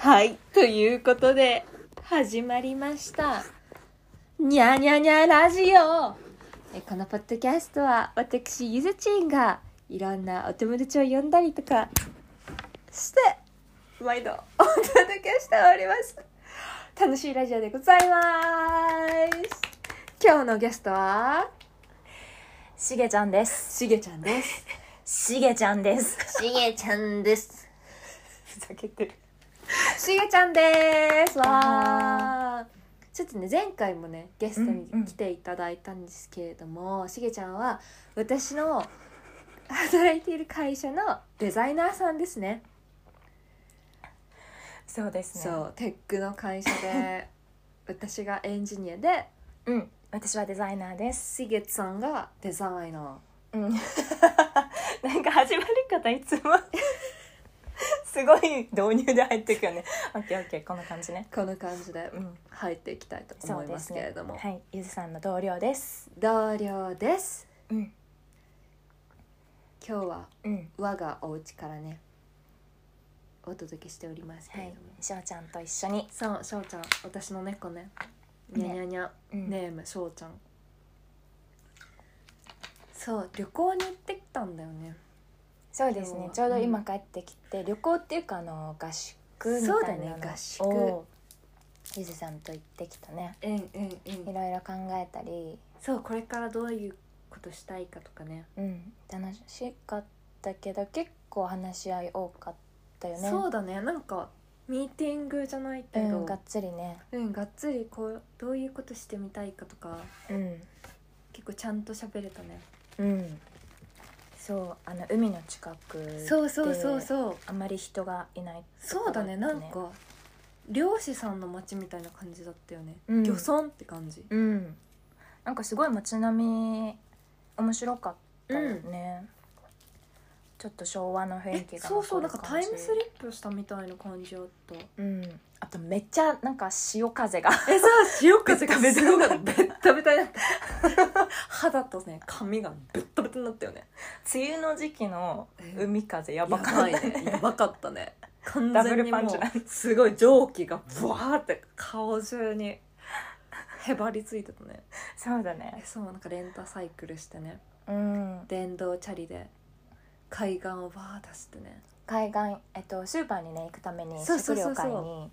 はい、ということで、始まりました。にゃーにゃーにゃーラジオえこのポッドキャストは、私、ゆずちんが、いろんなお友達を呼んだりとか、して、毎度、お届けしております。楽しいラジオでございます。今日のゲストは、しげちゃんです。しげちゃんです。しげちゃんです。しげちゃんです。ふざけてる。しげちゃんです。わーちょっとね前回もねゲストにうんうん来ていただいたんですけれども、しげちゃんは私の働いている会社のデザイナーさんですね。そうですね。そうテックの会社 で私がエンジニアでう。ん。私はデザイナーです。しげさんがデザイナー。うん。 なんか始まり方いつも すごい導入で入っていくよね。オッケーオッケーこんな感じね。この感じでうん。入っていきたいと思いますけれども、はい。ゆずさんの同僚です。同僚です。うん。今日はうん。我がお家からねお届けしておりますけはれいども、。しょうちゃんと一緒に。そうしょうちゃん私の猫ねにねゃにゃにゃ、うんネームしょうちゃんそう旅行に行ってきたんだよねそうですね今。日ちはょうど今帰ってきて、旅行っていうかあの合宿みそうただいねなの合宿をゆずさんと行ってきたね。うんうんういんろいろ考えたり。そうこれからどういうことしたいかとかねうん、楽しかったけど結構話し合い多かったよねそうだねなんかミーティングじゃないけうど、うんん、ががっつりねっつりこうどういうことしてみたいかとかうん、結構ちゃんと喋れたねうん、そうあの海の近くそうそうそうそうあんまり人がいないそうだねとこなろんか漁師さんの町みたいな感じだったよね、うん漁村って感じうんなんかすごい街並み面白かったよね、ちょっと昭和の雰囲え気がそうそう残なんかるタ感イじムスリップしたみたいな感じあったうんあとめっちゃなんか潮 風がえそう潮風がすごかったベッタベタになった肌とね髪がベッタベタになったよね梅雨の時期のえ海風ややばかばっいたねやばかったね完ダブ全にルもパンうチだすごい蒸気がブワーって顔中にへばりついてたね そうだえねそうなんかレンタサイクルしてねうん電動チャリで海岸をバーッて走ってね海岸、えっと、スーパーにね行くためにそうそう食そうそう料買いに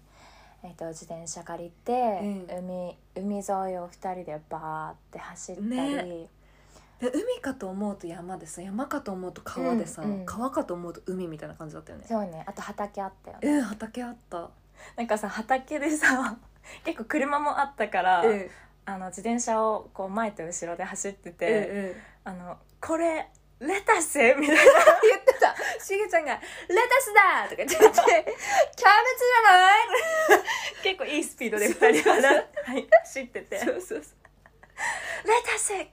えっと、自転車借りて、ん海海沿いを二人でバーって走ったり、ねで海かと思うと山でさ山かと思うと川でさ、うんうん川かと思うと海みたいな感じだったよねそうねあと畑あったよねうん畑あった、なんかさ畑でさ 結構車もあったから、うんうんあの自転車をこう前と後ろで走ってて、言っあのこれレタス みたいなてたしげちゃんが「レタスだ!」とか言ってて「キャベツじゃない?」結構いいスピードで二人はなはい走ってて「レそうそうそうタスキャベ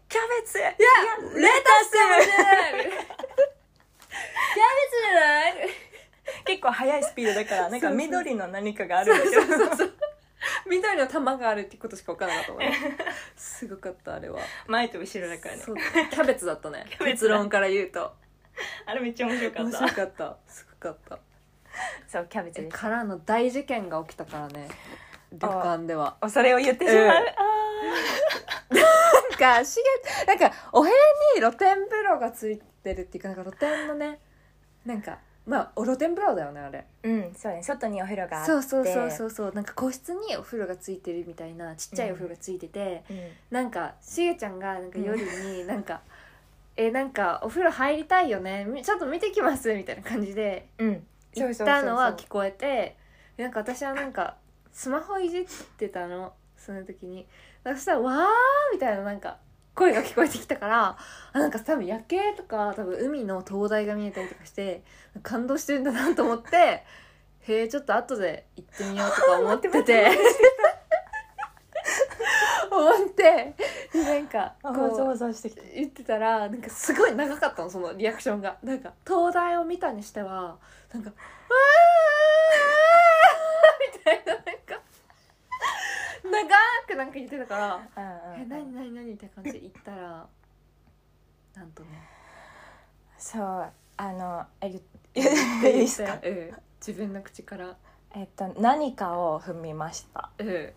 ツいや「レタスじゃない!」キャベツじゃない結構速いスピードだからなんそかうそう緑の何かがあるんだけどそうそうそう緑の玉があるってことしか分からなかったもんねすごかったあれは前と後ろだからねそうキャベツだったねャベツ結だ論から言うとあれめっちゃ面白かっ面た白かったすごかった そうキャベツですからの大事件が起きたからね旅館では恐れを言ってしまう、うんあなんかしげなんかお部屋に露天風呂がついてるっていうかなんか露天のねなんかまあお露天風呂だよねあれーうんそうね外にお風呂があってそうそうそうう、そうそうなんか個室にお風呂がついてるみたいなちっちゃいお風呂がついてて、ん、なんかしげちゃんがなんか夜になんか、えなんかお風呂入りたいよねみちょっと見てきますみたいな感じでうん、行ったのは聞こえてなんか私はなんかスマホいじってたのその時にそしたら「わー」みたいななんか声が聞こえてきたからあなんか多分夜景とか多分海の灯台が見えたりとかして感動してるんだなと思って「へえちょっと後で行ってみよう」とか思って 待ってて 思ってなんかこあわざうわざしてきた言ってたらなんかすごい長かったのそのリアクションがなんか灯台を見たにしてはなんか「わー!」みたいななんか長くなんか言ってたから「うんえうんうん何何何?」みたいな感じで言ったらなんとねそうあのえ言っ言っていいですかうん自分の口からえっと何かを踏みましたうん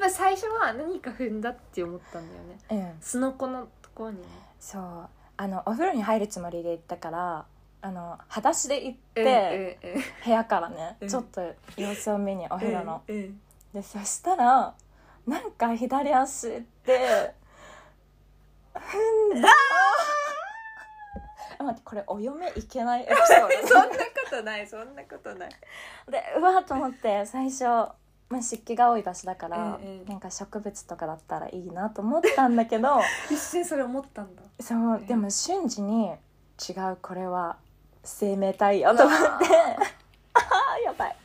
まあ最初は何か踏んだって思ったんだよねうんすのこのところにねそうあのお風呂に入るつもりで行ったからあの裸足で行っうて、んうんうん部屋からね、うんちょっと様子を見にお部屋の、うんうんでそしたらなんか左足って踏んだあ待ってこれお嫁いけないエピソー ドそんなことないそんなことないでうわーと思って最初、まあ、湿気が多い場所だから、うんうんなんか植物とかだったらいいなと思ったんだけ ど一瞬それ思ったんだそううんでも瞬時に違うこれは生命体よと思ってあ ーやばい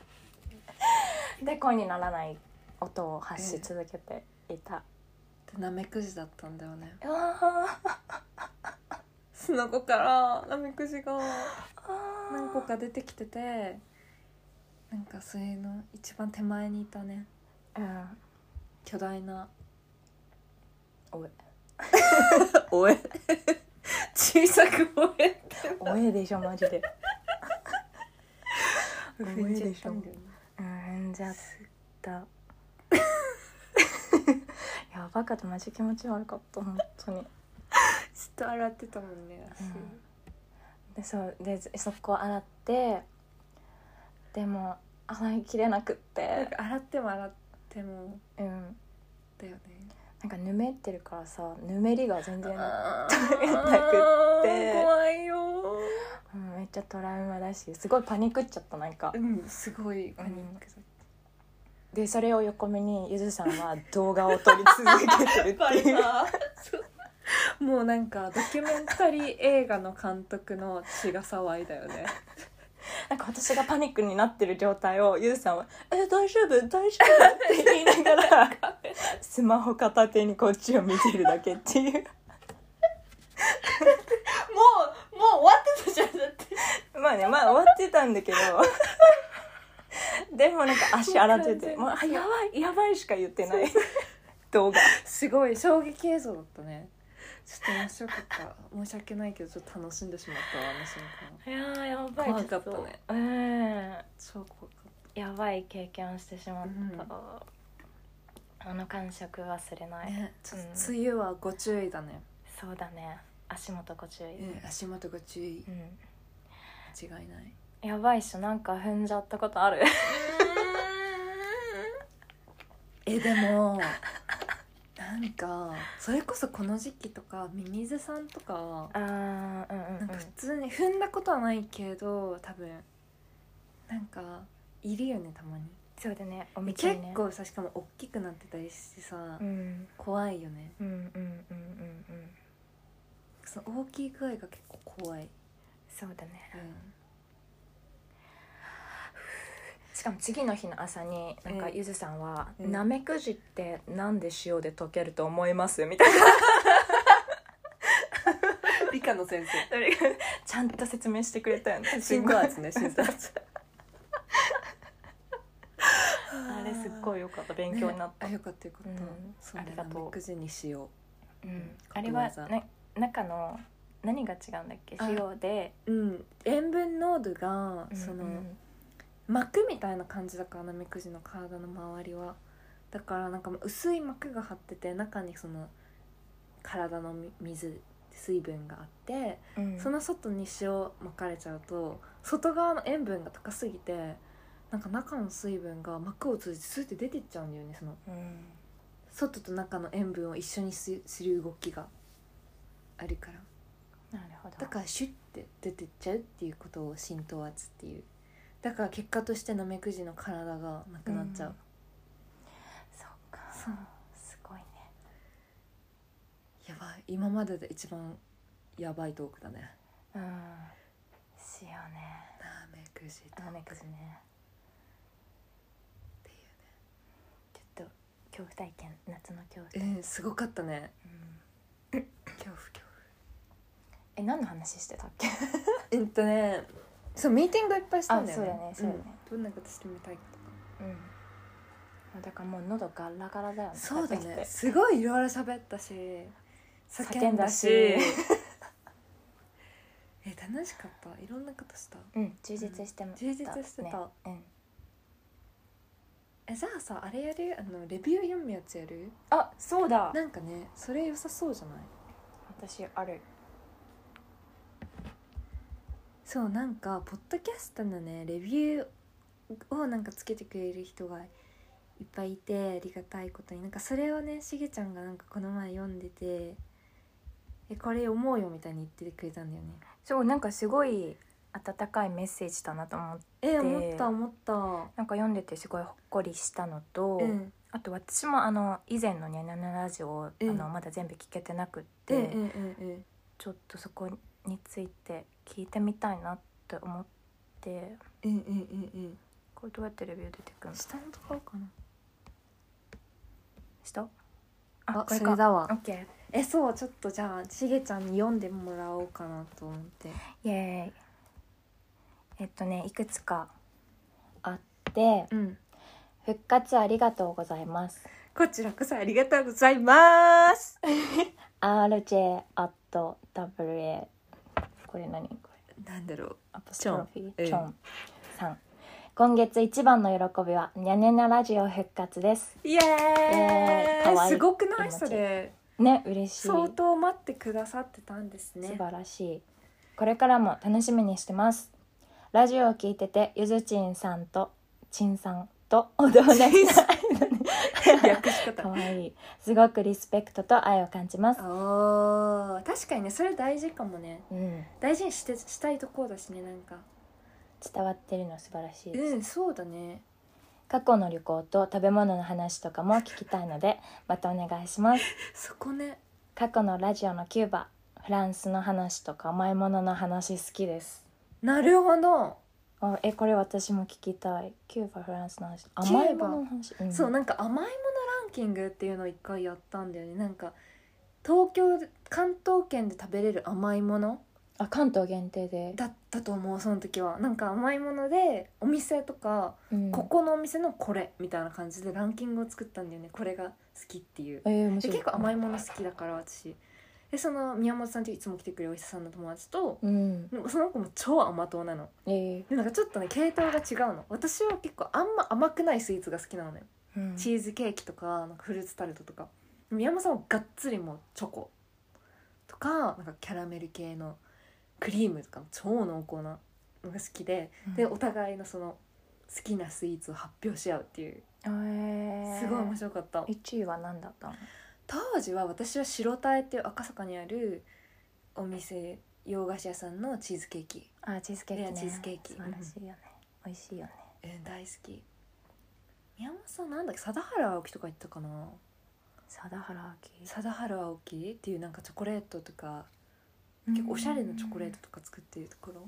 で声にならない音を発し続けていた、なめくじだったんだよねうわーすのこからなめくじがあー何個か出てきててなんかそれの一番手前にいたねうん巨大なおえおえ小さくおえおえでしょマジでお踏えんじゃっでしたょんだよねうん踏んじゃった やばかったマジ気持ち悪かった本当にずっと洗ってたもんね足うんでそうでそこ洗ってでも洗いきれなくっなんてか洗っても洗ってもうんだよねなんかぬめってるからさぬめりが全然なあ 取れなくって怖いよい、うん、めっちゃトラウマだしすごいパニックっちゃったなんかうんすごいパニックでそれを横目にゆずさんは動画を撮り続けてるって いうそう もうなんかドキュメンタリー映画の監督の血が騒いだよねなんか私がパニックになってる状態をゆずさんは「え大丈夫大丈 夫」って言いながらスマホ片手にこっちを見てるだけっていうもうもう終わってたじゃんだってまあねまあ終わってたんだけど でもなんか足洗ってて「もうあやばいやばい」しか言ってない 動画すごい衝撃映像だったねちょっと面白かった申し訳ないけどちょっと楽しんでしまったわあの瞬間いややばい怖かったちょっねうん超怖かっやばい経験をしてしまったた、あの感触忘れなたねちょっと梅雨はご注意だね、そうだね足元ご注意うん、足元ご注意うん違いないやばいっしょなんか踏んじゃったこと あるえでもなんかそれこそこの時期とかミミズさんとかあーうんうんなんうかん普通に踏んだことはないけど多分なんかいるよねたまに。そうだねお道に結ね構さしかも大きくなってたりしてさ、うん怖いよねうんうんうんうんうんその大きい具合が結構怖い、そうだねうしかも次の日の朝になんかうんゆずさんは「うんなめくじってなんで塩で溶けると思います?」みたいなん、理科の先 生ちゃんと説明してくれたよね心 臓圧ね心臓圧あれすっごいいよかった勉強になった、あよかったよかった、うんそうねありがとナうメクジにしようんことわざあれはな中の何が違うんだっけあ塩でううん塩分濃度が、そのうん膜みたいな感じだからナメクジの体の周りはだからなんかもう薄い膜が張ってて中にその体のみ水水分があってうんその外に塩まかれちゃうと外側の塩分が高すぎてなんか中の水分が膜を通じてスーって出てっちゃうんだよねそのうん外と中の塩分を一緒にすする動きがあるからなるほどだからシュッて出てっちゃうっていうことを浸透圧っていうだから結果としてナメクジの体がなくなっちゃう、うんそうかそうすごいねやばい今までで一番やばいトークだねうん塩ねナメクジとナメクジねっていうちょっと恐怖体験夏の恐怖、ねうんすごかったねうん恐怖恐怖え何の話してたっけえっとねそうミーティングいっぱいしたんだよねあそうだねそうだねうんどんな形で見たいかうんだからもう喉ガラガラだよねそうだ帰っねてきてすごいいろいろ喋ったし叫んだし叫んだし え楽しかったいろんなことしたうん充実してました、充実してたねうん、えじゃあさあれやるあのレビュー読むやつやるあそうだなんかねそれ良さそうじゃない私あるそうなんかポッドキャストのねレビューをなんかつけてくれる人がいっぱいいてありがたいことになんかそれをねしげちゃんがなんかこの前読んでて「えこれ読もうよ」みたいに言ってくれたんだよねそうなんかすごい温かいメッセージだなと思ってえ思った思ったなんか読んでてすごいほっこりしたのと、うんあと私もあの以前の「ニャニャニャラジオを」うんあのまだ全部聞けてなくって、でうんうんうんちょっとそこについて聞いてみたいなって思ってうんうんうんこれどうやってレビュー出てうくるんの下のところかなしたあこれそかれだオわッケーえそうちょっとじゃあしげちゃんに読んでもらおうかなと思ってイエーイえっとねいくつかあってうん「復活ありがとうございますこちらこそありがとうございます RJ@WA」これ何これなんだろうアポスチョトンロフィえーえチョンさん今月一番の喜びはニャニャニャラジオ復活ですイエーイエーイかわいいすごくな気い持ちそれね嬉しい、相当待ってくださってたんです素ね晴らしいこれからも楽しみにしてますラジオを聞いててゆずちんさんとちんさんとお友達さん 略しか方わいいすごくリスペクトと愛を感じますおー確かにねそれ大事かもねうん大事にしてしたいところだしねなんか伝わってるの素晴らしいです、うんそうだね過去の旅行と食べ物の話とかも聞きたいのでまたお願いしますそこね過去のラジオのキューバフランスの話とか甘いものの話好きですなるほど、あえこれ私も聞きたいキューバフランスの話キューバ甘いものの話、うんそうなんか甘いものランキングっていうのを一回やったんだよねなんか東京で関東圏で食べれる甘いものあ関東限定で、だったと思うその時はなんか甘いものでお店とかうんここのお店のこれみたいな感じでランキングを作ったんだよねこれが好きっていうえでー、面白い結構甘いもの好きだから私でその宮本さんっていういつも来てくれるお医者さんの友達とうんその子も超甘党なのえでなんかちょっとね系統が違うの私は結構あんま甘くないスイーツが好きなのよ、ーうん、チーズケーキとかなんかフルーツタルトとか宮本さんはがっつりもうチョコとかなんかキャラメル系のクリームとか超濃厚なのが好きででお互いのその好きなスイーツを発表し合うっていうえすごい面い白かった1位は何だったの当時は私は白鯛っていう赤坂にあるお店洋菓子屋さんのチーズケーキ、あチーズケーキいねやチーズケーキ素晴らしいよね、美味しいよねえー大好き宮本さんなんだっけ貞原青木とか行ったかな貞原明貞原青木っていうなんかチョコレートとか結構おしゃれなチョコレートとか作ってるところ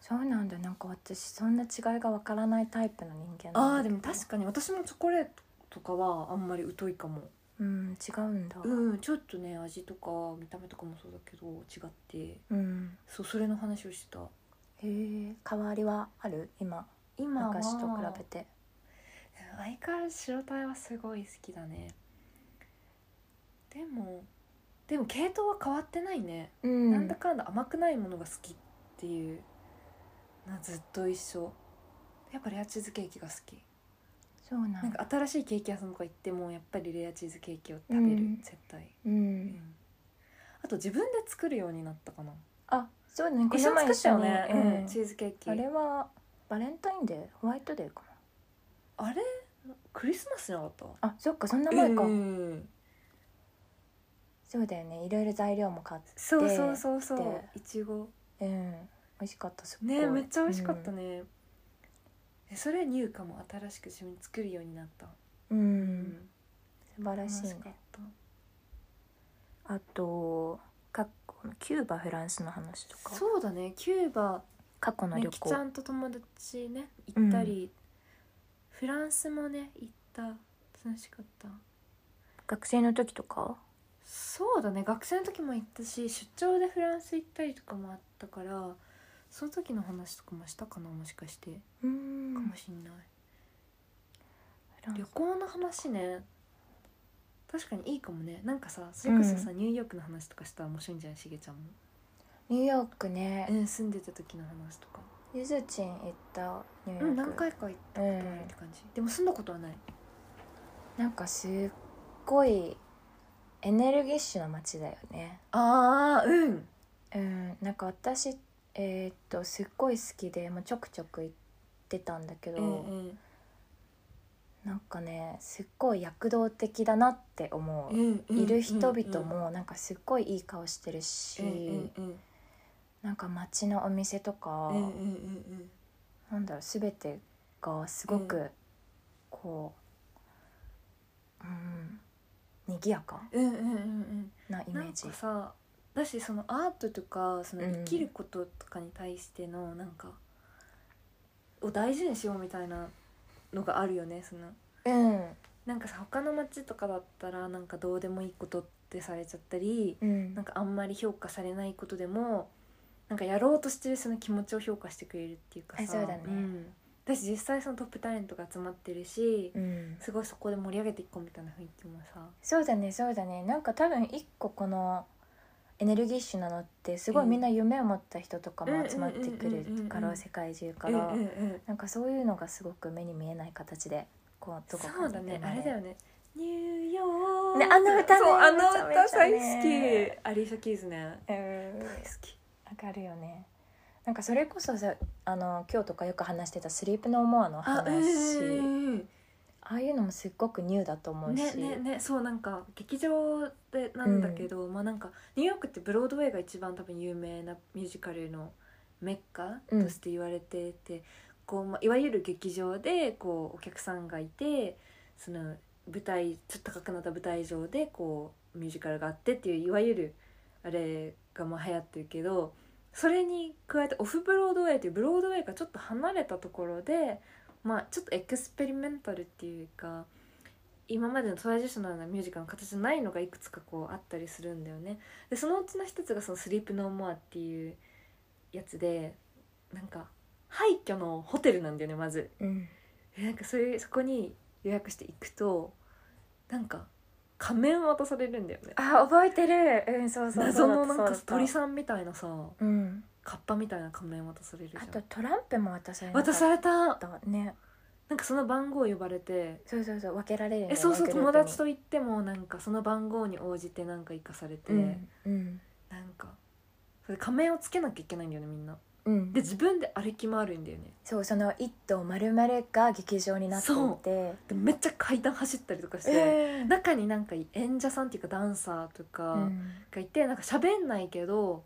そうなんだなんか私そんな違いがわからないタイプの人間あなーんだけでども確かに私もチョコレートとかはあんまり疎いかもうん違うんだうんちょっとね味とか見た目とかもそうだけど違ってうんそうそれの話をしてたへえ変わりはある今今は昔と比べて相変わらず白タイはすごい好きだねでもでも系統は変わってないね、うんなんだかんだ甘くないものが好きっていうのはずっと一緒やっぱレアチーズケーキが好き、そうなんだなんか新しいケーキ屋さんとか行ってもやっぱりレアチーズケーキを食べる、うん絶対、ううんんあと自分で作るようになったかなあそうねこ一の緒に作前ったよね、一緒にうんチーズケーキあれはバレンタインデーホワイトデーかあれクリスマスじゃなかったなあそっかそんな前か、うんそうだよねいろいろ材料も買ってそうそうそうそうでいちごうん美味しかったすっごいねめっちゃ美味しかったねね、えそれニューカも新しく自分で作るようになったうん、う素晴ら楽ししいかっねあと過去のキューバフランスの話とたかそうだねキューバ過去のね旅き行、ちゃんと友達ね行ったり、フランスもね行った楽しかった学生の時とかそうだね学生の時も行ったし出張でフランス行ったりとかもあったからその時の話とかもしたかなもしかしてうかんもしんない、フラン旅ス行の話ね確かにいいかもねなんかさそれこそさ、ニューヨークの話とかしたら面白いんじゃないしげちゃんもニューヨークね、うん、住んでた時の話とかゆずちん行ったニうューヨーク、ん何回か行ったことあるって感じ、でも住んだことはないなんかすっごいエネルギッシュな街だよねああうんうんなんか私えーっとすっごい好きで、まあ、ちょくちょく行ってたんだけど、うんなんかねすっごい躍動的だなって思う、うんいる人々もなんかすっごいいい顔してるし、うんうんうんなんか街のお店とか、うんうんうんなんだろう全てがすごくこううん賑やかうんうんうんうんなイなメんージかさだしそのアートとかそのうん生きることとかに対してのなんか、を大事にしようみたいなのがあるよねそのうんなんかさ他の街とかだったらなんかどうでもいいことってされちゃったりうんなんかあんまり評価されないことでもなんかやろうとしてるその気持ちを評価してくれるっていうかあさそうだねん、私実際そのトップタレントが集まってるし、うんすごいそこで盛り上げていこうみたいな雰囲気もさそうだねそうだねなんか多分一個このエネルギッシュなのってすごいみんな夢を持った人とかも集まってくるかうんうんうんうんうんうんら世界中からうんうんうんなんかそういうのがすごく目に見えない形でこうどこかにそうだねあれだよねニューヨークねあの歌ねそうあのめちゃ歌めちゃ最好ねきアリーシャ・キーズねうん大好きわかるよねなんかそれこそさあの今日とかよく話してた「スリープノーモア」のあう話んああいうのもすっごくニューだと思うし、ねねねそうなんか劇場でなんだけど、まあなんかニューヨークってブロードウェイが一番多分有名なミュージカルのメッカうんとして言われてて、こうまあ、いわゆる劇場でこうお客さんがいてその舞台ちょっと高くなった舞台上でこうミュージカルがあってっていういわゆるあれがまあ流行ってるけどそれに加えてオフブロードウェイっていうブロードウェイがちょっと離れたところで、まあ、ちょっとエクスペリメンタルっていうか今までのトラディショナルなミュージカルの形じゃないのがいくつかこうあったりするんだよね。でそのうちの一つがその「スリープノーモア」っていうやつでなんか廃墟のホテルなんだよねまず。うん、えなんかそれそこに予約して行くとなんか仮面渡されるんだよね。あ覚えてるうんそうそう謎そのうだなっんたかそうだ鳥ったさんみたいなさうんカッパみたいな仮面渡されるじゃんあとトランプも渡されなか渡っされたたねなんかその番号呼ばれてそうそうそう分けられるよねえそうそうグルー友プに達と行ってもなんかその番号に応じてなんか行かされて、うんうん、なんかそれ仮面をつけなきゃいけないんだよねみんなうんで、自分で歩き回るんだよねそうその一棟丸々が劇場になっていそうてでめっちゃ階段走ったりとかして、え中になんか演者さんっていうかダンサーとうかんがいて、なんか喋んないけど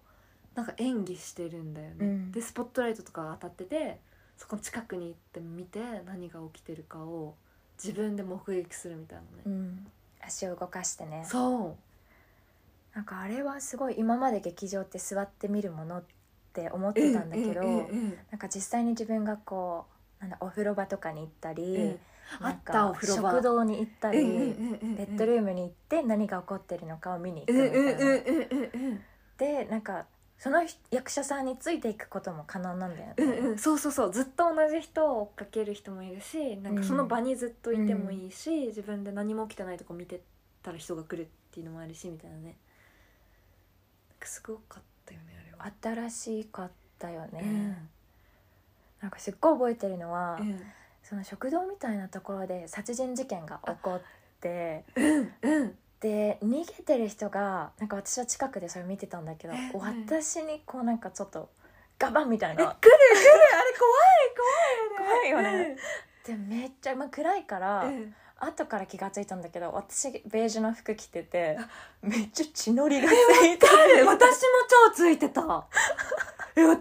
なんか演技してるんだよね、うんでスポットライトとか当たっててそこの近くに行って見て何が起きてるかを自分で目撃するみたいなね、うん、足を動かしてねそうなんかあれはすごい今まで劇場って座って見るものって思ってたんだけど、ううんうんなんか実際に自分がこうなんだお風呂場とかに行ったり、うんあなんっかたお風呂場食堂に行ったり、うんうんうんうんベッドルームに行って何が起こってるのかを見に行くうんみうたんいな、うんうんうんでなんかその役者さんについていくことも可能なんだよね、うんうん、そうそうそうずっと同じ人を追っかける人もいるしなんかその場にずっといてもいいし、自分で何も起きてないとこ見てたら人が来るっていうのもあるしみたいなねなんかすごかったよねあれは。新しかったよね、うんなんかすっごい覚えてるのは、うんその食堂みたいなところで殺人事件が起こってうんで逃げてる人がなんか私は近くでそれ見てたんだけどえうん私にこうなんかちょっとガバンみたいな怖いよね。でめっちゃ、まあ、暗いから、うん後から気がついたんだけど私ベージュの服着ててめっちゃ血のりがついてえる私も超ついてた。え、私も超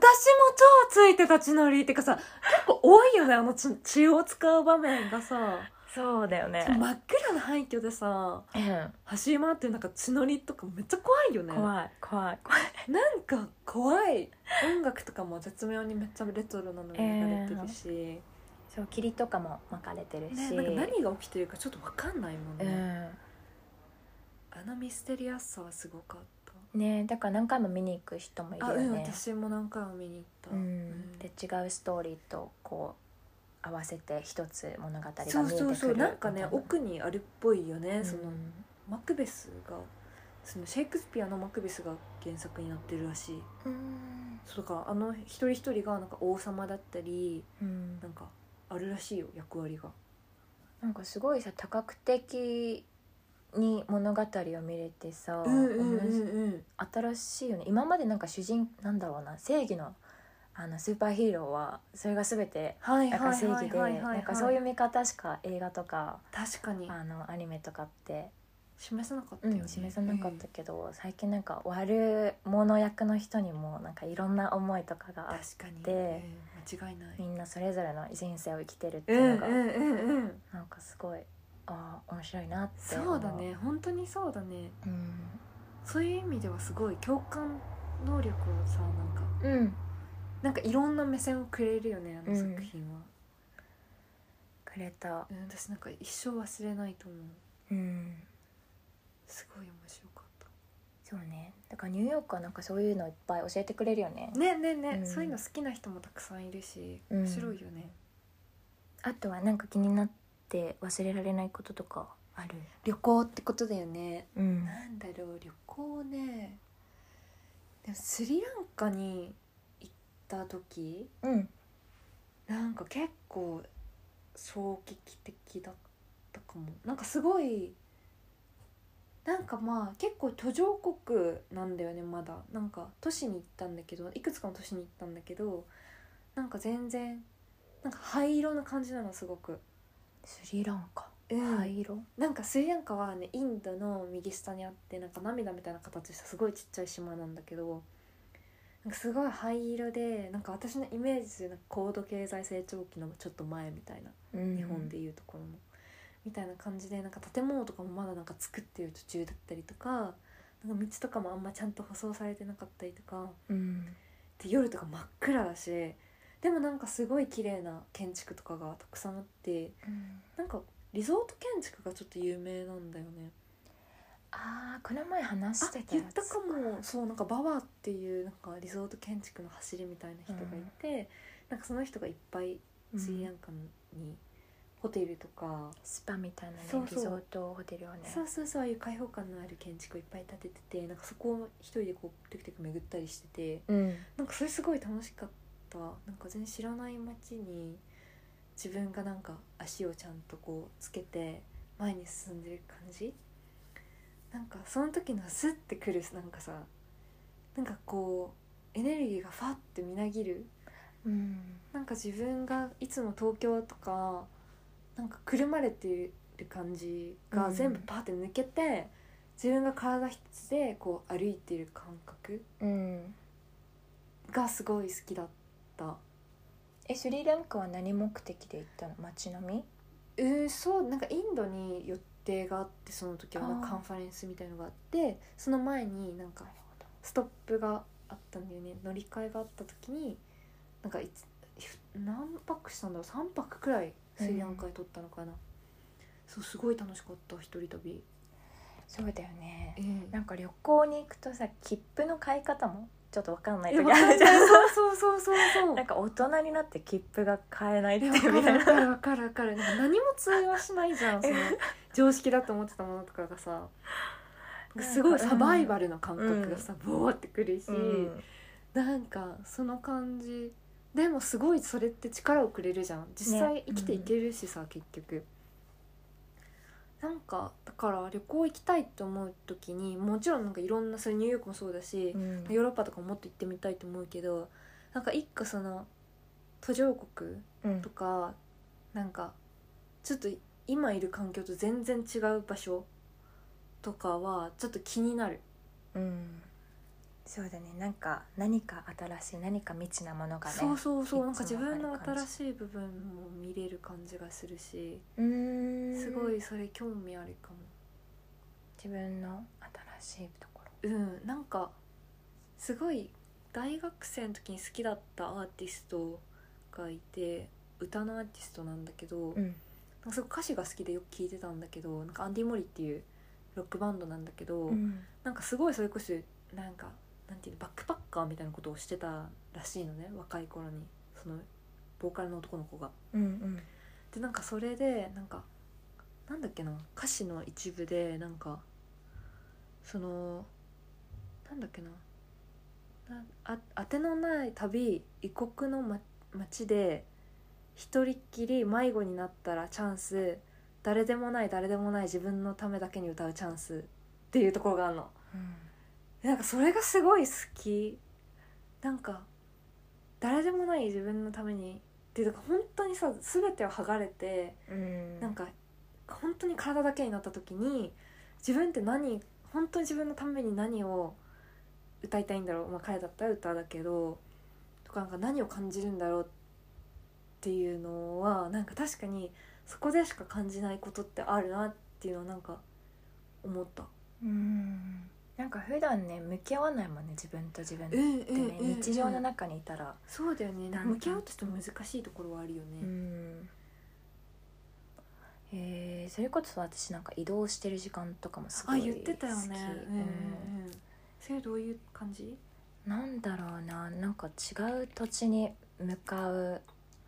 ついてた血のりってかさ、結構多いよね、あの血血を使う場面がさ。そうだよね、真っ暗な廃墟でさ、う走り回ってるなんか血のりとかめっちゃ怖いよね。ん、怖い怖い怖いなんか怖い音楽とかも絶妙にめっちゃレトロなのが流れてるし、そう霧とかも巻かれてるし、ね、なんか何が起きてるかちょっと分かんないもんうね、んあのミステリアスさはすごかったねだから何回も見に行く人もいるあようんね、私も何回も見に行った、うん、で違うストーリーとこう合わせて一つ物語が見えてくるそうそうそうなんかみねたい奥にあるっぽいよね、うんそのマクベスがそのシェイクスピアの「マクベス」が原作になってるらしいうんそうだからあの一人一人がなんか王様だったりうんなんかあるらしいよ役割がなんかすごいさ多角的に物語を見れてさ、面白いうん新しいよね今までなんか主人なんだろうな正義のあのスーパーヒーローはそれが全てはいなんはかい正はい義ではいはいなんかそういう見方しか映画とか確かにあのアニメとかって、示さなかったうよね、ん、示さなかったけど、最近なんか悪者役の人にもなんかいろんな思いとかがあっ確かに、でうん間違いないみんなそれぞれの人生を生きてるってういんううのんが、うんうんなんかすごいああ面白いなって思そうだね本当にそうだねうんそういう意味ではすごい共感能力をさなんかうん、なんかいろんな目線をくれるよねあの作品は、くれた、うん私なんか一生忘れないと思ううん、すごい面白かっそうねだからニューヨークはなんかそういうのいっぱい教えてくれるよねたねねね、うんそういうの好きな人もたくさんいるしうん面白いよね、あとはなんか気になって忘れられないこととかある旅行ってことだよねうんなんだろう旅行ねでもスリランカに行った時うんなんか結構衝撃的だったかもなんかすごいなんかまあ結構途上国なんだよねまだなんか都市に行ったんだけどいくつかの都市に行ったんだけどなんか全然なんか灰色な感じなのすごく、スリランカ灰色なんかスリランカはねインドの右下にあってなんか涙みたいな形したすごいちっちゃい島なんだけどなんかすごい灰色でなんか私のイメージするなんか高度経済成長期のちょっと前みたいな日日本でいうところの、みたいな感じでなんか建物とかもまだなんか作ってる途中だったりとかなんか道とかもあんまちゃんと舗装されてなかったりとかうんで夜とか真っ暗だしでもなんかすごい綺麗な建築とかがたくさんあってなんかリゾート建築がちょっと有名なんだよね。ああこの前話あしてた言やっつたかもそうなんかバワーっていうなんかリゾート建築の走りみたいな人がいて、なんかその人がいっぱいうんスリランカにホテルとかスパみたいなねそうそうリゾートホテルをねそうそうそうああいう開放感のある建築をいっぱい建てててなんかそこを一人でこうテクテク巡ったりしててうんなんかそれすごい楽しかったなんか全然知らない街に自分がなんか足をちゃんとこうつけて前に進んでる感じなんかその時のスッてくるなんかさなんかこうエネルギーがファッてみなぎるうんなんか自分がいつも東京とかなんかくるまれてる感じがうん全部パーって抜けて、自分が体一つでこう歩いてる感覚うんがすごい好きだったえスリランカは何目的で行ったの街並みうーそうなんかインドに予定があってその時はなんかあーカンファレンスみたいのがあってその前になんかストップがあったんだよね乗り換えがあった時になんかいつ何泊したんだろう3泊くらいスリランカで撮ったのかな、そうすごい楽しかった一人旅、そうだよねええなんか旅行に行くとさ切符の買い方もちょっとわかんないいや時わかあんなるいじゃんそうそうそうそう なんか大人になって切符が買えないってえいわうみかるわたいなかるわかるわかるなんか何も通用しないじゃんその常識だと思ってたものとかがさなんかすごいサバイバルの感覚がさ、ボーってくるし、うんなんかその感じでもすごいそれって力をくれるじゃん実際ね生きていけるしさ、結局なんかだから旅行行きたいって思う時にもちろんなんかいろんなそれニューヨークもそうだし、うんヨーロッパとかもっと行ってみたいと思うけどなんか一個その途上国うんとかなんかちょっと今いる環境と全然違う場所とかはちょっと気になるうんそうだねなんか何か新しい何か未知なものがねそうそうそうなんかいつ自もある分の感じ新しい部分も見れる感じがするしうーんすごいそれ興味あるかも自分の新しいところうんなんかすごい大学生の時に好きだったアーティストがいて歌のアーティストなんだけど、うんなんかすごい歌詞が好きでよく聴いてたんだけどなんかアンディ・モリっていうロックバンドなんだけど、うんなんかすごいそれこそなんかなんていうのバックパッカーみたいなことをしてたらしいのね若い頃にそのボーカルの男の子が。うんでなんかそれでなんかなんだっけな歌詞の一部でなんかそのなんだっけななあ当てのない旅異国の、ま、町で一人っきり迷子になったらチャンス誰でもない誰でもない自分のためだけに歌うチャンスっていうところがあるの。なんかそれがすごい好きなんか誰でもない自分のためにっていうか本当にさ全てを剥がれてうんなんか本当に体だけになった時に自分って何本当に自分のために何を歌いたいんだろう、まあ、彼だったら歌だけどとかなんか何を感じるんだろうっていうのはなんか確かにそこでしか感じないことってあるなっていうのはなんか思った。うんなんか普段ね向き合わないもんね自分と自分ってね、ん日常の中にいたら、そうだよねだんだん向き合うとしても難しいところはあるようね、んえーそれこそ私なんか移動してる時間とかもすごあい好き言ってたよねううんんうんうんそれどういう感じなんだろうななんか違う土地に向かう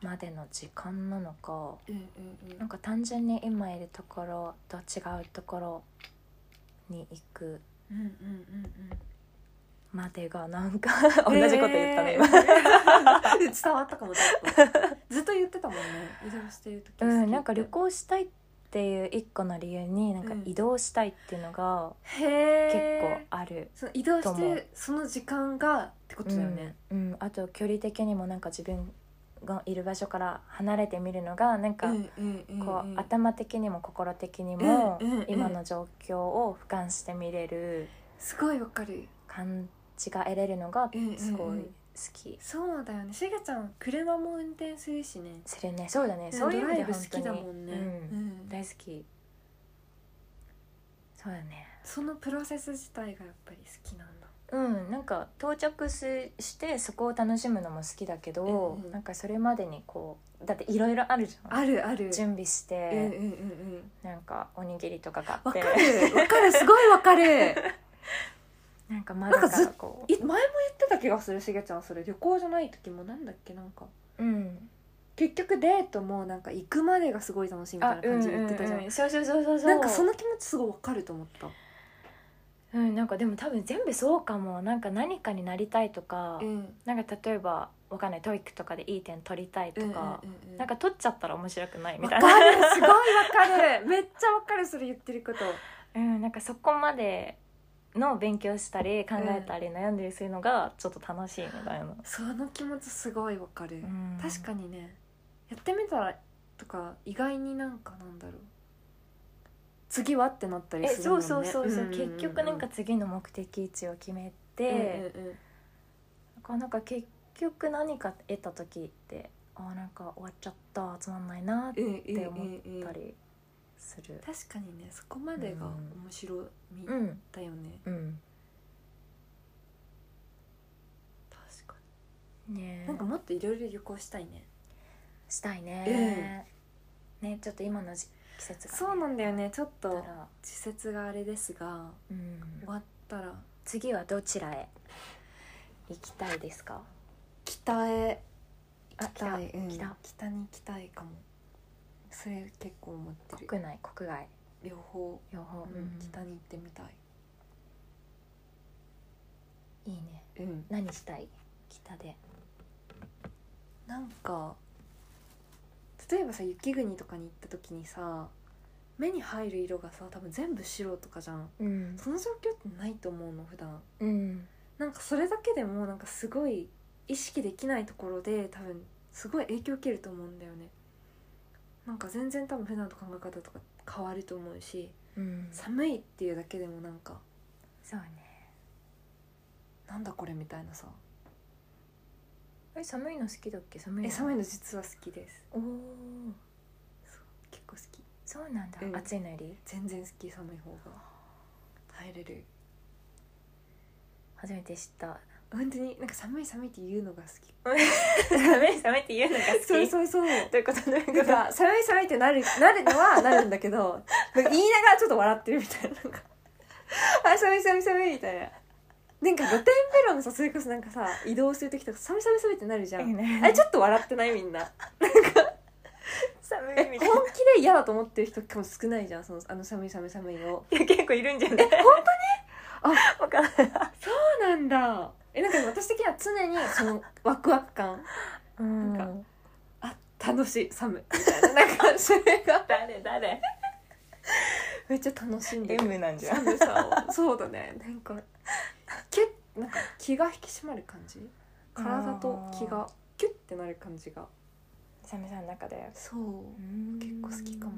までの時間なのかうんうんなんか単純に今いるところと違うところに行くうんうんうんまでがなんかう同んじこと言ったね、今 今伝わったかもちょっとずっと言ってたもんね移動してる時うん、なんか旅行したいっていう一個の理由になんかうん移動したいっていうのがへ結え構ある、その移動しとて思るその時間がってことだよね、うん、うんあと距離的にもなんか自分がいる場所から離れてみるのがなんかうんうんこう、んん頭的にも心的にもうんうんうん今の状況を俯瞰してみれるすごいわかる感じが得れるのがすうんごうんいうん好きそうだよねしげちゃん車も運転するしねするねそうだねそういう意味でドライブ本好当きにだもんね、うんうん大好きそうだねそのプロセス自体がやっぱり好きなんだうんなんか到着すしてそこを楽しむのも好きだけど、うんうんなんかそれまでにこうだっていろいろあるじゃんあるある準備しうんうんうて、んうんなんかおにぎりとか買わってかるわかるすごいわかるなんかまだなんかかずらっこ い前も言ってた気がするしげちゃんそれ旅行じゃない時もなんだっけなんかう、うん、結局デートもなんか行くまでがすごい楽しいみたいな感じで言ってたじゃん,、うんうんうんそうそうそうそうそうなんかその気持ちすごいわかると思ったうん、なんかでも多分全部そうかもなんか何かになりたいとか、んなんか例えばわかんないトイックとかでいい点取りたいとか、うんなんか取っちゃったら面白くないみわたかいな、るすごいわかるめっちゃわかるそれ言って ること うん、なんかそこまでの勉強したり考えたり悩んだりするのがちょっと楽しいみたいな、その気持ちすごいわかる、うん確かにねやってみたらとか意外になんかなんだろう次はってなったりえするそもんうねそうそうそう,、結局なんかっ次の目的地を決めて、なんかなんか結局何か得た時ってあーなんか終わっちゃったつまんないなってて思ったりする。確かにねそこまでが面白みうんだよねうん確かねにえなんかもっといろいろ旅行したいねしたいね、ねちょっと今の時季節がね、そうなんだよねちょっだとから、季節があれですがうん終、わったら次はどちらへ行きたいですか北へあ行きたい北うん北北に行きたいかもそれ結構思ってる国内国外両方両方、うん北に行ってみたいいいねうん何したい北でなんか例えばさ雪国とかに行った時にさ目に入る色がさ多分全部白とかじゃんうんその状況ってないと思うの普段うんなんかそれだけでもなんかすごい意識できないところで多分すごい影響を受けると思うんだよねなんか全然多分普段と考え方とか変わると思うしうん寒いっていうだけでもなんかそうねなんだこれみたいなさえ寒いの好きだっけ寒いのえ寒いの実は好きですおお結構好きそうなんだ、うん暑いのより全然好き寒い方が耐えれる初めて知った本当になんか寒い寒いって言うのが好き 寒い寒いって言うのが好きそうそうそうなどういうことどういうことんか寒い寒いってなるなるのはなるんだけどなんか言いながらちょっと笑ってるみたいななんかあ寒い寒い寒いみたいななんか露天風呂のさそれこそなんかさ移動する時とか寒い寒い寒いってなるじゃんあれちょっと笑ってないみんな寒 えいみ本たい 気で嫌だと思ってる人結構少ないじゃんそのあの寒い寒い寒いをな結構いるんじゃないわからないそうなんだえなんか私的には常にそのワクワク感うんなんあ楽しいサムみたいななんかそれが誰誰めっちゃ楽しんでる M なんじゃん寒さをそうだねなんかけなんか気が引き締まる感じ体と気がキュッてなる感じがサメさんの中でそう結結構好きかも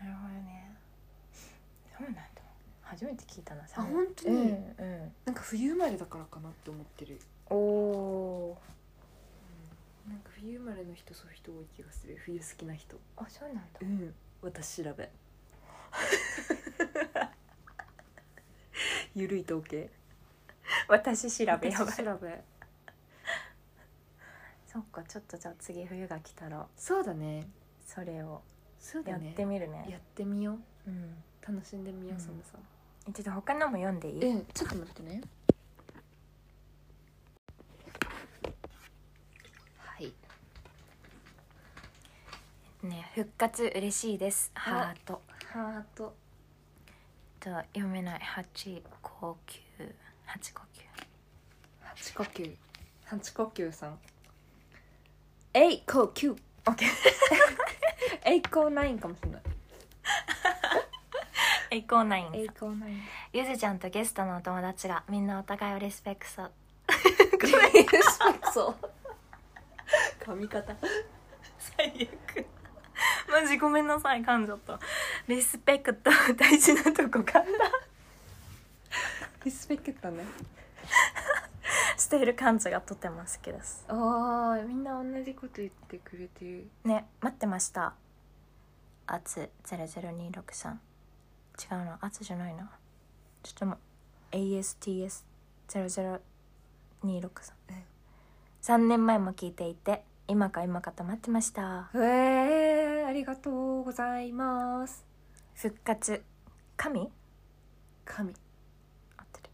なるほどねそうなんだ初めて聞いたなあサメ本当うに、んうなんか冬生まれだからかなって思ってる、んおーなんか冬生まれの人そういう人多い気がする冬好きな人あそうなんだうん私 調べゆるい統計私調べ私やばい調べそっかちょっとじゃあ次冬が来たらそうだねそれをそうだやっねてみるねやってみよううん楽しんでみようう、ん寒さちょっと他のも読んでいいえちょっと待ってねはいね復活嬉しいですあハートハートと読めない八五九八五九八呼吸八呼吸さんえい呼吸オッケーえいこうないんかもしれない栄光ナインえいこうないんゆずちゃんとゲストのお友達がみんなお互いをリスペクトそう髪型最悪 マジごめんなさい噛んじゃったリスペクト大事なとこかリスペクトね している感じがとても好きですあーみんな同じこと言ってくれてるね待ってましたあつ00263違うなあつじゃないなちょっとも ASTS00263 え3年前も聞いていて今か今かと待ってましたえー、ありがとうございます復活神神合ってる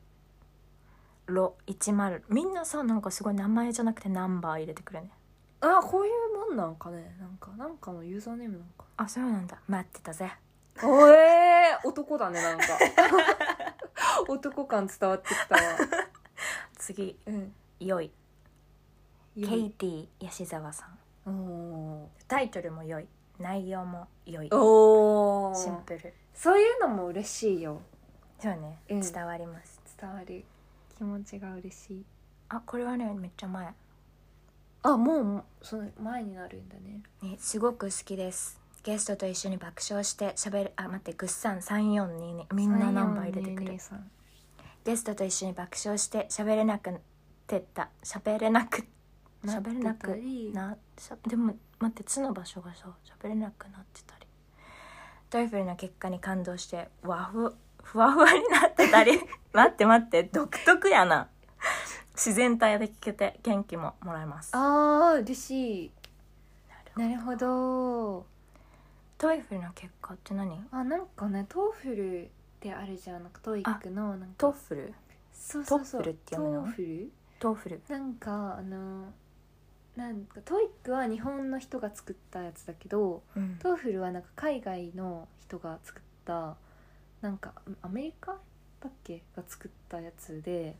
ロ10みんなさなんかすごい名前じゃなくてナンバー入れてくるねあこういうもんなんかねなんかなんかのユーザーネームなんかあそうなんだ待ってたぜおえー、男だねなんか 男感伝わってきた わ次うんよいケよイいティ吉沢さんおタイトルも良い内容も良いーおシンープルそういうのも嬉しいよそうね、うん伝わります伝わる気持ちが嬉しいあこれはねめっちゃ前あもうその前になるんだねねすごく好きですゲストと一緒に爆笑して喋るあ待ってグッサン3422みんなナンバー入れてくる3422さんゲストと一緒に爆笑して喋れなくてった喋れなく喋れななっくてたりなしゃでも待って「つ」の場所がさ喋れなくなってたりトイフルの結果に感動してわふふわふわになってた り待って待って独特やな自然体で聞けて元気ももらえますあー嬉しいななるほどトイフルの結果って何あなんかねトーフルってあるじゃんなんかトイックのなんかトッフルそうそうそうトッフルって読むのトーフルトッフルなんかあのなんかトイックは日本の人が作ったやつだけどうんトーフルはなんか海外の人が作ったなんかアメリカだっけが作ったやつで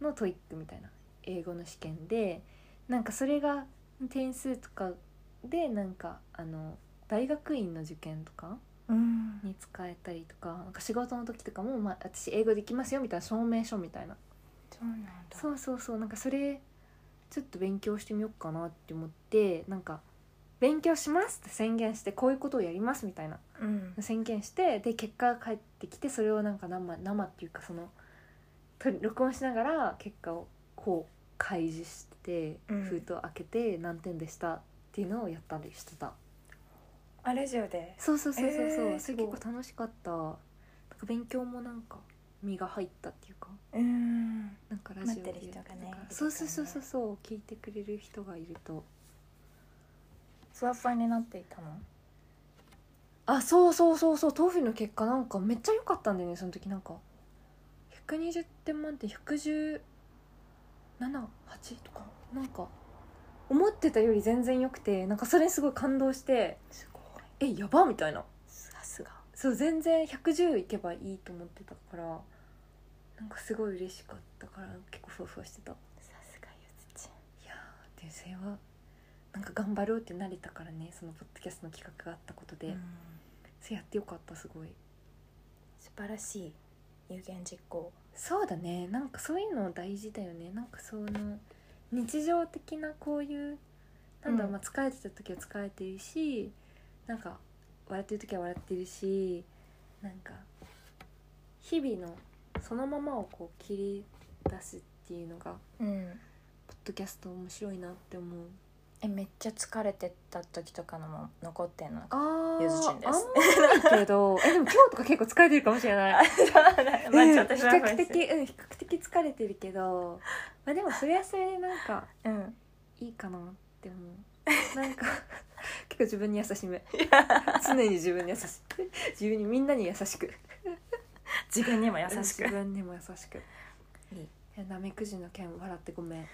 のトイックみたいな英語の試験でなんかそれが点数とかでなんかあの大学院の受験とかうんに使えたりとかなんか仕事の時とかも、まあ、私英語できますよみたいな証明書みたいなそうなんだそうそうそうなんかそれちょっと勉強してみようかなって思ってなんか勉強しますって宣言してこういうことをやりますみたいなうん宣言してで結果が返ってきてそれをなんか生生っていうかそのと録音しながら結果をこう開示してうん封筒開けて何点でしたっていうのをやったりしてた、あラジオでそうそうそうそうそう、えーそれ結構楽しかったなんか勉強もなんか身が入ったっていうかうんなんかラジオで待ってる人なんがねかいるからねそうそうそうそうそう聞いてくれる人がいるとふわふわになっていたのあそうそうそうそうトーフィーの結果なんかめっちゃ良かったんだよねその時なんか120点満点118とかなんか思ってたより全然良くてなんかそれにすごい感動してすごいえやばみたいなさすがそう全然110いけばいいと思ってたからなんかすごい嬉しかったから結構ふわふわしてたいさすがゆずちやー転生はなんか頑張ろうってなれたからねそのポッドキャストの企画があったことで、ゃん、それやってよかったすごい素晴らしい有言実行そうだねなんかそういうの大事だよねなんかその日常的なこういうなんだろう、うんまあ疲れてた時は疲れてるしなんか笑ってる時は笑ってるしなんか日々のそのままをこう切り出すっていうのがうポんッドキャスト面白いなって思うえめっちゃ疲れてた時とかのも残って んのかあーゆずちんですあんまりないけ どえでも今日とか結構疲れてるかもしれないうん 比較的うん比較的疲れてるけどまあでもそれはそれでなんかうんいいかなって思うなんか 結構自分に優しめ常に自分に優しく 自分にみんなに優しく自分にも優うんしく自分にも優しくいいえなめくじの件笑ってごめん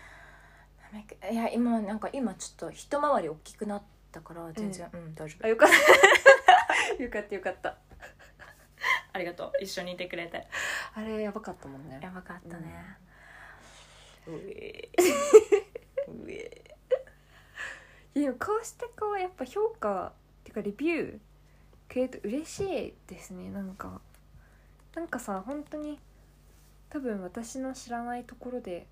いや今なんか今ちょっと一回り大きくなったから全然うん、大丈あ夫よかったよかったよかったありがとう一緒にいてくれてあれやばかったもんねやばかったね、うえうえいやでもこうしてこうやっぱ評価っていうかレビューくれると嬉しいですねなんかなんかさ本当に多分私の知らないところで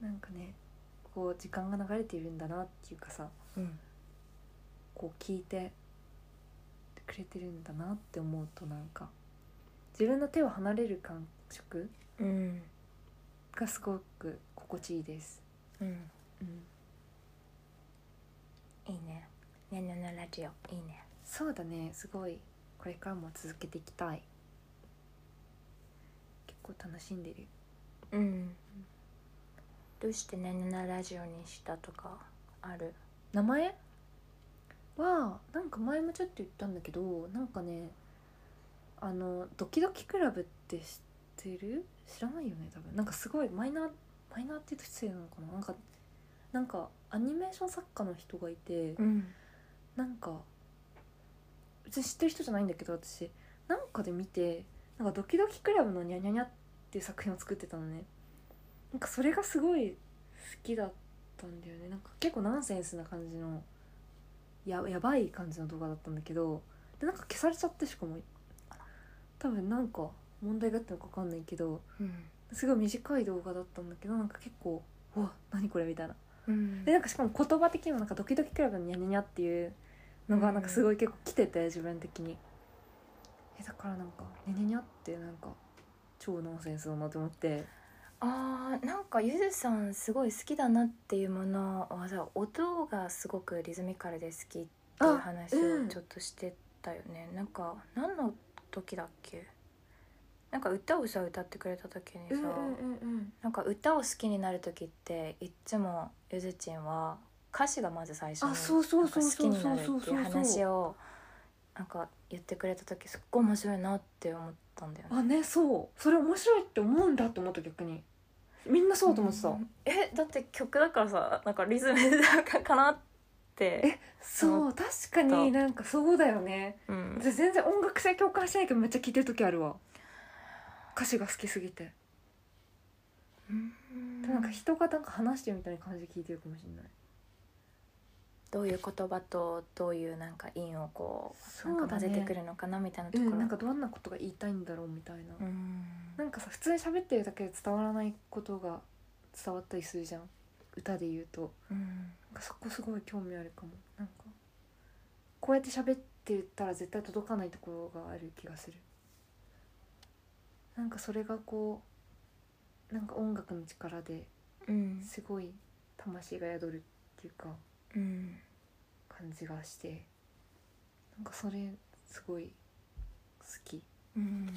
なんかねこう時間が流れているんだなっていうかさうんこう聞いてくれてるんだなって思うとなんか自分の手を離れる感触うんがすごく心地いいです。うんうん、いいねにゃんにゃんにゃんラジオいいねそうだねすごいこれからも続けていきたい結構楽しんでるうんどうしてにゃんにゃんにゃんラジオにしたとかある名前はなんか前もちょっと言ったんだけどなんかねあのドキドキクラブって知ってる知らないよね多分なんかすごいマイナーマイナーって言うと失礼なのかななんかなんかアニメーション作家の人がいてんなんか別に知ってる人じゃないんだけど私なんかで見てなんかドキドキクラブのニャニャニャっていう作品を作ってたのねなんかそれがすごい好きだったんだよねなんか結構ナンセンスな感じのややばい感じの動画だったんだけどでなんか消されちゃってしかも多分なんか問題があったのか分かんないけどうんすごい短い動画だったんだけどなんか結構「うわ何これ」みたいなうんでなんかしかも言葉的にもなんかドキドキクラブのニャニャニャっていうのがなんかすごい結構来てて自分的にえだからなんかニャニャニャってなんか超ノンセンスだなと思ってあーなんかゆずさんすごい好きだなっていうものをさ音がすごくリズミカルで好きっていう話うをんちょっとしてたよね、なんか何の時だっけなんか歌をさ歌ってくれた時にさ、うんなんか歌を好きになる時っていっつもゆずちんは歌詞がまず最初にあそうそうなんかそう好そきうにそなうるそうってそいうう話をなんか言ってくれた時すっごい面白いなって思ったんだよね。あねそうそれ面白いって思うんだって思った逆にみんなそうと思ってた、んえだって曲だからさなんかリズムかかなってそう確かになんかそうだよねうん、私全然音楽性共感してないけどめっちゃ聴いてる時あるわ歌詞が好きすぎてでもなんか人がなんか話してるみたいな感じで聴いてるかもしれないどういう言葉とどういうなんか韻をこうそうだねなんか混ぜてくるのかなみたいなとうころ、ん、なんかどんなことが言いたいんだろうみたいな、うんなんかさ普通に喋ってるだけで伝わらないことが伝わったりするじゃん歌で言うとうんなんかそこすごい興味あるかもなんかこうやって喋ってたら絶対届かないところがある気がするなんかそれがこうなんか音楽の力でうんすごい魂が宿るっていうかうん感じがしてなんかそれすごい好きうん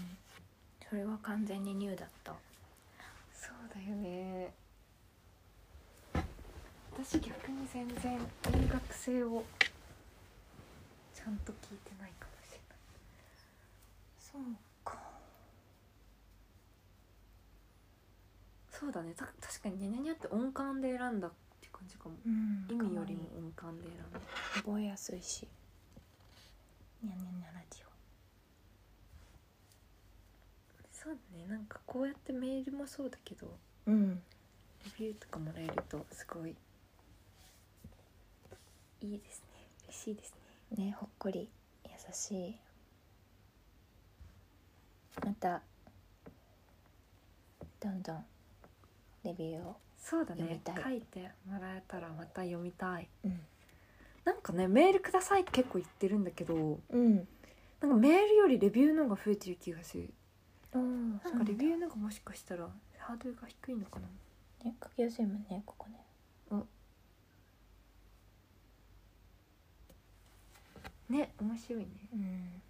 それは完全にニューだったそうだよね私逆に全然音楽性をちゃんと聞いてないかもしれないそうかそうだねた確かに「にゃにゃにゃ」って音感で選んだって感じかもうん意味よりも音感で選んだ覚えやすいしにゃんにゃんにゃんラジオそうねなんかこうやってメールもそうだけどうんレビューとかもらえるとすごいいいですね嬉しいですねねほっこり優しいまたどんどんレビューをそうだ読みねたい書いてもらえたらまた読みたいうん、なんかねメールくださいって結構言ってるんだけどうん、なんかメールよりレビューの方が増えてる気がするおーなそうんかレビュューの方がもしかしたらハードルが低いのかなーね書きやすいもんねここねね面白いねうん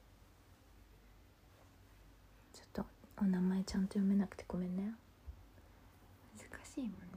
ちょっとお名前ちゃんと読めなくてごめんね難しいもんね